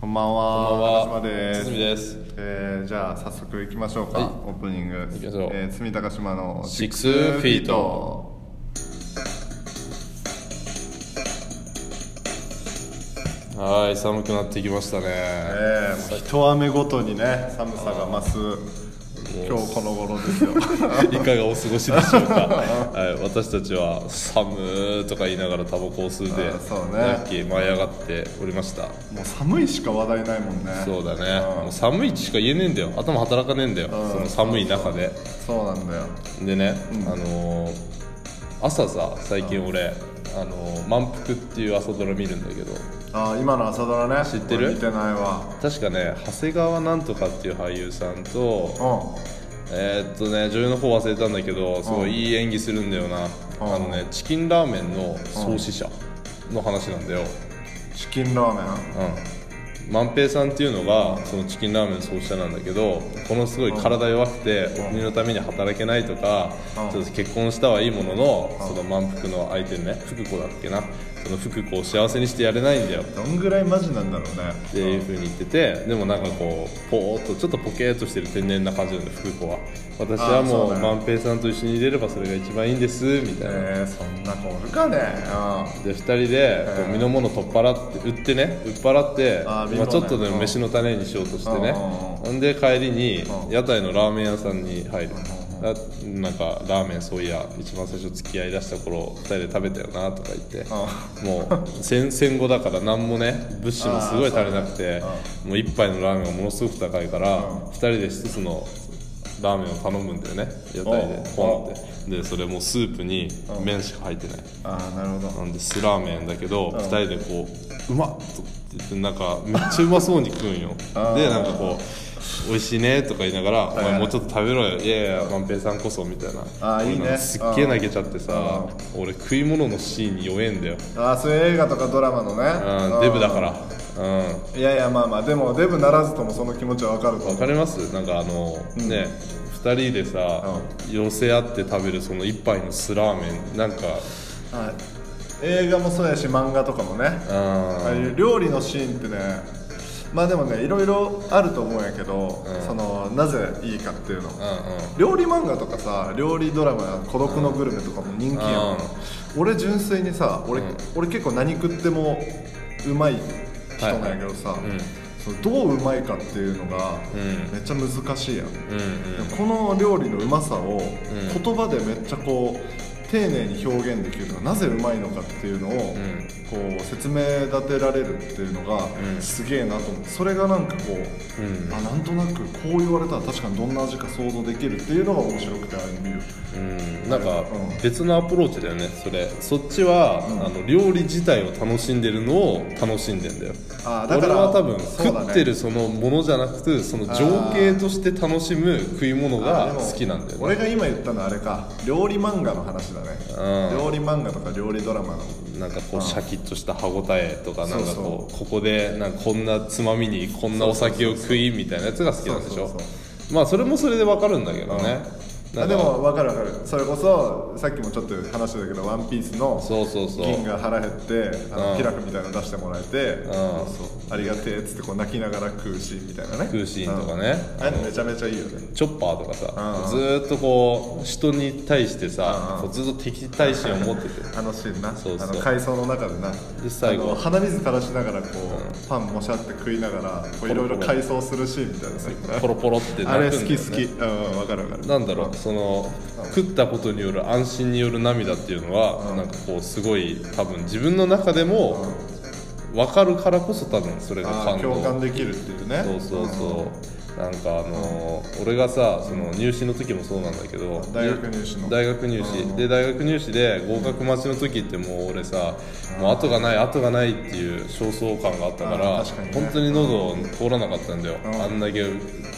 こんばんは。こんばんは中島です。堤ですえーじゃあ早速行きましょうか。はいオープニング。行きましょうえー、積高島のシックスフィート。はい寒くなってきましたね、えー、もう一雨ごとにね寒さが増す今日この頃 ですよ。いかがお過ごしでし ょうか、はい、私たちは「寒ー」とか言いながらタバコを吸うであーそうねなんだっけ舞い上がっておりましたもう寒いしか話題ないもんね。そうだねもう寒いってしか言えねえんだよ頭働かねえんだよその寒い中でそうなんだよ。でね、あのー朝さ最近俺「あのー満腹」っていう朝ドラ見るんだけどあー今の朝ドラね。知ってる俺見てないわ。確かね長谷川なんとかっていう俳優さんとうえーっとね女優の方忘れたんだけどすごいいい演技するんだよな、うんあのねチキンラーメンの創始者の話なんだよ、ん。チキンラーメン。うん万平さんっていうのがそのチキンラーメン創始者なんだけどこのすごい体弱くてお国のために働けないとかうんちょっと結婚したはいいもののその満腹の相手ね福子だっけなその福子を幸せにしてやれないんだよどんぐらいマジなんだろうね。っていう風に言っててでもなんかこうポーっとちょっとポケーっとしてる天然な感じなんで福子は私あはもーそううだね万平さんと一緒にいれればそれが一番いいんですみたいな、えー、そんな子おるかね。で2人でこううん身の物取っ払って売ってね売っ払ってあー貧乏ねまあ、ちょっとでうもん飯の種にしようとしてねうんほんで帰りにうん屋台のラーメン屋さんに入るうだなんかラーメンそういや一番最初付き合いだした頃2人で食べたよなとか言ってもう戦戦後だから何もね物資もすごい足りなくてもう1杯のラーメンがものすごく高いから2人で1つのラーメンを頼むんだよね屋台でうんポンってでそれもうスープに麺しか入ってないあーあーなるほど。なんで酢ラーメンだけど、二人でこう「うまっ!」と言ってなんかめっちゃうまそうに食うんよあーでなんかこう「美味しいね」とか言いながら「おいはい前もうちょっと食べろよいやいや万平さんこそ」みたいなあーいいね俺なんかすっげえ投げちゃってさ俺食い物のシーンに弱えんだよあーそういう映画とかドラマのねうんデブだからうんいやいやまあまあでもデブならずともその気持ちはわかると思わうかりますなんかあの、ね二人でさ、寄せ合って食べるその一杯の酢ラーメンなんかはい映画もそうやし漫画とかもねああういう料理のシーンってねまあでもねいろいろあると思うんやけど、そのなぜいいかっていうの、んうんうん料理漫画とかさ料理ドラマや「孤独のグルメ」とかも人気やん、俺純粋にさ俺,、俺結構何食ってもうまい人なんやけどさ、そのどううまいかっていうのがめっちゃ難しいやん、うんうんでもこの料理のうまさを言葉でめっちゃこう丁寧に表現できるのがなぜうまいのかっていうのを、こう説明立てられるっていうのがすげえなと思ってそれがなんかこう、あなんとなくこう言われたら確かにどんな味か想像できるっていうのが面白くてあれ見るうんなんかうん別のアプローチだよねそれそっちは、あの料理自体を楽しんでるのを楽しんでんだよあーだから俺は多分、そうだね食ってるそのものじゃなくてその情景として楽しむ食い物がでも好きなんだよね俺が今言ったのはあれか料理漫画の話だね、うん料理漫画とか料理ドラマのなんかこうシャキッとした歯応えとかなんかこうここでなんかこんなつまみにこんなお酒を食いみたいなやつが好きなんでしそうそょうそまあそれもそれでわかるんだけどねあなんでかも分かる分かるそれこそさっきもちょっと話してたけど「ワンピースのそうそうそう銀が腹減ってあの、うんピラフみたいなの出してもらえて、んそうありがてえっつってこう泣きながら食うシーンみたいなね食うシーンとかねうんああいうのめちゃめちゃいいよねチョッパーとかさ、うんずーっとこう人に対してさ、うんこうずっと敵対心を持っててあのシーンなそうそうあの海藻の中でなで最後あの鼻水垂らしながらこう、パンもしゃって食いながらこういろいろ改装するシーンみたいなねポロポロってあ泣れく好んだよ、ね、き好きうんうん分かる分かるなんだろうその食ったことによる安心による涙っていうのは、なんかこうすごい多分自分の中でも分かるからこそ多分それがあ感ー共動感できるっていうねそうそうそうなんかあのー俺がさその入試の時もそうなんだけど大学入試の大学入試で大学入試で合格待ちの時ってもう俺さもう後がない後がないっていう焦燥感があったからあー確かにね本当に喉通らなかったんだよあんだけ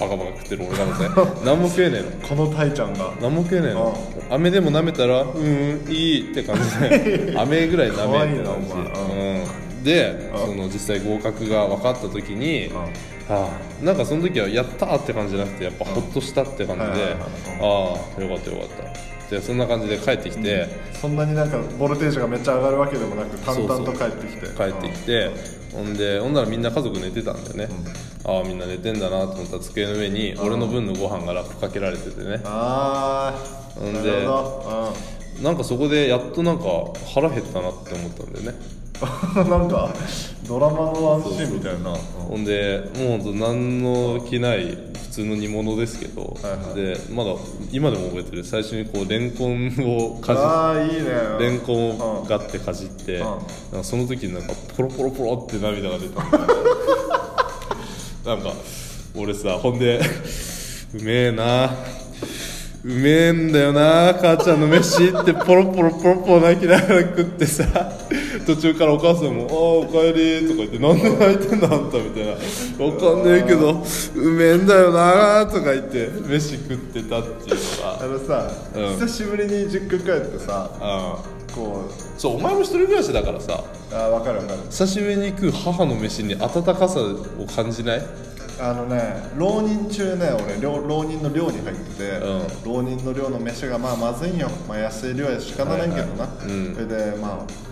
バカバカ食ってる俺な ので何も食えねえのこのタイちゃんが何も食えねえの飴で も舐めたらうんいいって感じで飴ぐらい舐めみたいな感じ可愛いなお前うんでうんその実際合格が分かった時にうんああなんかその時はやったーって感じじゃなくてやっぱほっとしたって感じではいはいはいああよかったよかったでそんな感じで帰ってきて、そんなになんかボルテージがめっちゃ上がるわけでもなく淡々と帰ってきて帰ってきて、ほんでほんならみんな家族寝てたんだよね、ああみんな寝てんだなと思ったら机の上に俺の分のご飯がラップかけられててねああほんなでるほど、なんかそこでやっとなんか腹減ったなって思ったんだよねうん、なんかドラマのワンシーンみたいなうんほんでもうほんと何の気ない普通の煮物ですけど、はいはいでまだ今でも覚えてる最初にこうレンコンをかじってああいいねレンコンをガッてかじっうて、んなんかその時になんかポロポロポロって涙が出たんだよなんか俺さほんでうめえなうめえんだよな母ちゃんの飯ってポロポロポロポロ泣きながら食ってさ途中からお母さんも「ああおかえり」とか言って「なんで泣いてんだあんた」みたいな「わかんねえけどうめえんだよな」とか言って飯食ってたっていうのあがのさ、うん久しぶりに実家帰ってさあこうそうお前も一人暮らしだからさあ分かる分かる久しぶりに食う母の飯に温かさを感じないあのね浪人中ね俺寮浪人の寮に入ってて、う浪人の寮の飯がまあまずいんよ、まあ、安い寮やし仕方ないけどな、はいはいうんそれでまあ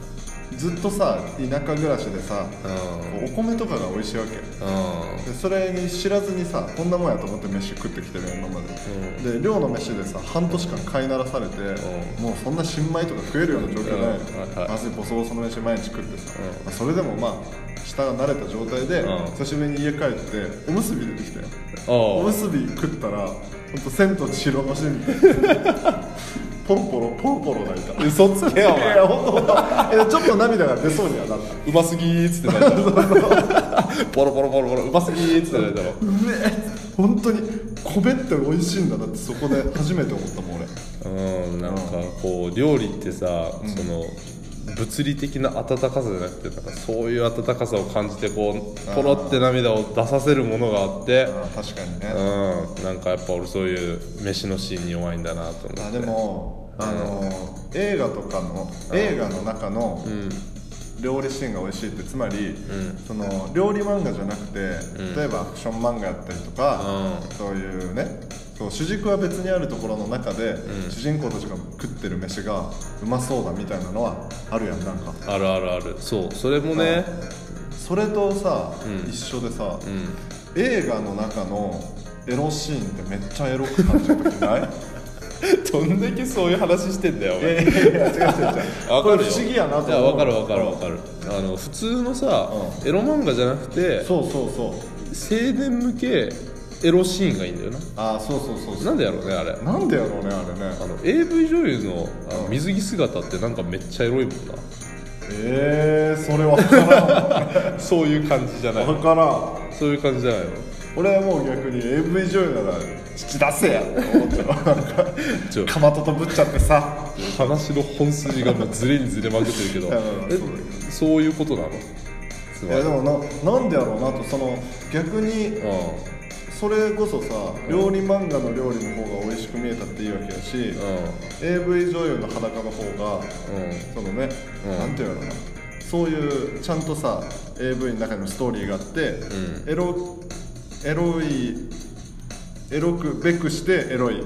ずっとさ田舎暮らしでさ、うこうお米とかが美味しいわけうんでそれに知らずにさこんなもんやと思って飯食ってきてるよ今まで、で寮の飯でさ半年間飼いならされて、うもうそんな新米とか食えるような状況ない、うんはいはいまずいボソボソの飯毎日食ってさ、うんまあそれでもまあ舌が慣れた状態で、うん久しぶりに家帰っておむすび出てきたよおあむすび食ったらほんと千と千尋の シーンみたいなポロポロポロポロ泣いたあ嘘つけよおいやい前やほんとほんとえちょっと涙が出そうにはなったうますぎーっつって泣いた のポロポロポロポロうますぎーっつって泣いたのうめえ本当に米って美味しいんだなってそこで初めて思ったもん俺うんなんかこう料理ってさ、その物理的な温かさじゃなくてなんかそういう温かさを感じてこうポロって涙を出させるものがあってあー確かにねうんなんかやっぱ俺そういう飯のシーンに弱いんだなと思ってあでもあのー映画とかの映画の中の料理シーンが美味しいってつまり、その料理漫画じゃなくて例えばアクション漫画やったりとか、うそういうねそう主軸は別にあるところの中で、主人公たちが食ってる飯がうまそうだみたいなのはあるやんなんかあるあるあるそうそれもねそれとさ、一緒でさ、映画の中のエロシーンってめっちゃエロく感じる時ない どんだけそういう話してんだよお前いやいや違う違う違うわこかれるよ不思議やなと思ういやわかるわかるわかるあの普通のさ、エロ漫画じゃなくてそうそうそう青年向けエロシーンがいいんだよなああそうそうそうそうなんでやろうねあれなんでやろうねあれねあの AV 女優のあの水着姿ってなんかめっちゃエロいもんええー、それ分からなそういう感じじゃない ん分からんそういう感じじゃないの俺はもう逆に AV 女優なら父出せやって思っちゃうなんかちょかまととぶっちゃってさ話の本筋がもうずれにずれまくってるけどいやまあ そうだよえそういうことなのついまやりでもななんでやろうなとその逆にうそれこそさ料理漫画の料理の方が美味しく見えたっていいわけやし、ん AV 女優の裸の方がうんうんそのね、うんなんていうのかなそういうちゃんとさ AV の中にもストーリーがあって、エロエロいエロくべくしてエロい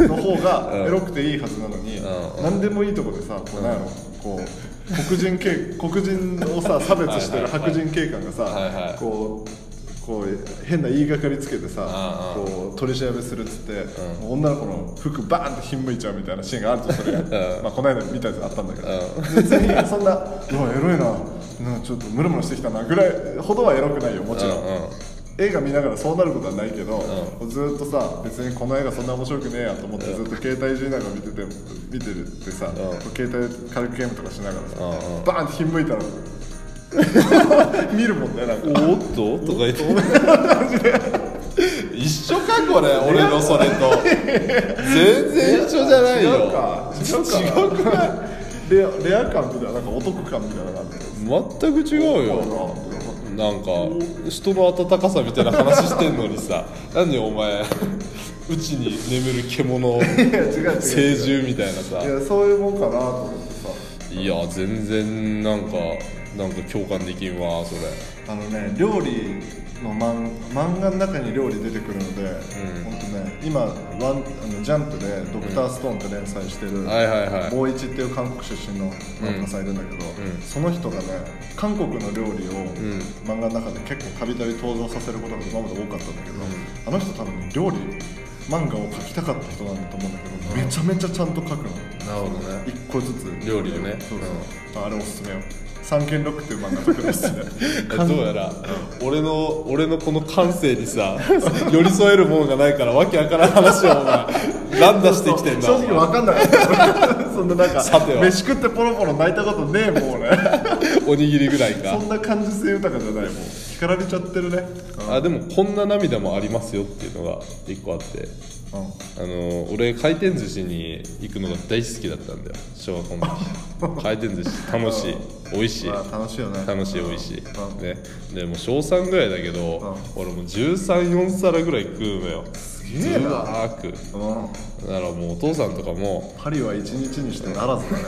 の方 がうんエロくていいはずなのに、うん何でもいいとこでさこうなんやろ、こう黒人系黒人をさ差別してるはいはい白人警官がさ、はいはいこうこう変な言いがかりつけてさ、うんこう取り調べするっつって、もう女の子の服バーンってひんむいちゃうみたいなシーンがあるとす るやんんまあ、この間見たやつあったんだけど、う全然そんな「うわエロいななちょっとムルムルしてきたな」ぐらいほどはエロくないよもちろん、うんうん映画見ながらそうなることはないけど、ずーっとさ別にこの映画そんな面白くねえやと思ってずっと携帯いじりながら見てて見てるってさ、携帯軽くゲームとかしながらさ、うんうんバーンってひんむい たら見るもんねなんかおっととか 言って一緒かこれ俺のそれと全然一緒じゃないよ違うか違うかレアレア感みたいななんかお得感みたいな感じ全く違うよなんか人の温かさみたいな話してんのにさなんでお前うちに眠る獣いや違う違う違う成獣みたいなさいやそういうもんかなと思ってさいや全然なんかなんか共感できんわそれあのね料理の漫漫画の中に料理出てくるので、本当ね今ワンあのジャンプで「ドクターストーンって連載してるはいはいはい坊一っていう韓国出身の漫画家さんいるんだけど、うんその人がね韓国の料理をん漫画の中で結構たびたび登場させることが今まで多かったんだけど、あの人多分料理漫画を描きたかった人なんだと思うんだけどめちゃめちゃちゃんと描くのなるほどね1個ずつ料理をねそうそう、あれおすすめよ三軒六っていう漫画とかですね どうやら俺の俺のこの感性にさ寄り添えるものがないからわけわからん話をお前乱打してきてんだ正直分かんなかった そんななんかさては飯食ってポロポロ泣いたことねえもん俺おにぎりぐらいそかんな感じ性豊かじゃないもん惹かられちゃってるねあでもこんな涙もありますよっていうのが一個あってうん、うんあの俺回転寿司に行くのが大好きだったんだよ小学校の時回転寿司楽しい美味しいまあ、楽しいよね楽しい美味しい、うんね、でもう小3ぐらいだけど、俺もう134皿ぐらい食うのよすげえなずわーくうんだからもうお父さんとかもパリは一日にしてならずだね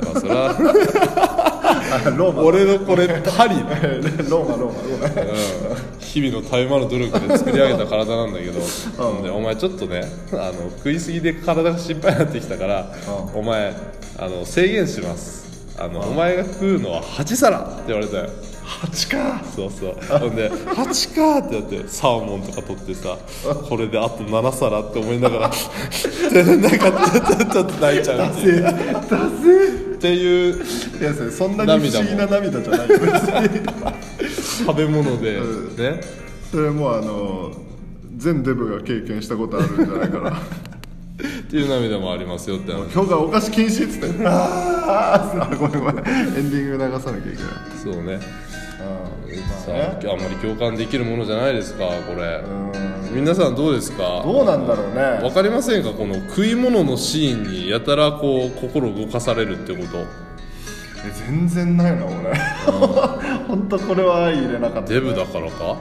まあそれはあローマ 俺のこれパリ、うん、ローマローマごめん日々のたゆまぬ努力で作り上げた体なんだけど、でお前ちょっとねあの食い過ぎで体が心配になってきたから、お前あの制限しますあの、お前が食うのは8皿って言われたよ8かそうそうほんで「8か」ってやってサーモンとか取ってさこれであと7皿って思いながらなんかちょっと泣いちゃうって いうだせっていういやそれそんなに不思議な涙じゃないよ別に食べ物でうんねそれもうあの全デブが経験したことあるんじゃないか なっていう涙もありますよって話今日がお菓子禁止っつ ってあーあごめんごめんエンディング流さなきゃいけないそうねさまああねあんまり共感できるものじゃないですかこれうん皆さんどうですかどうなんだろうわねかりませんかこの食い物のシーンにやたらこう心動かされるってこと え全然ないな俺ほんとこれは入れなかったデブだからか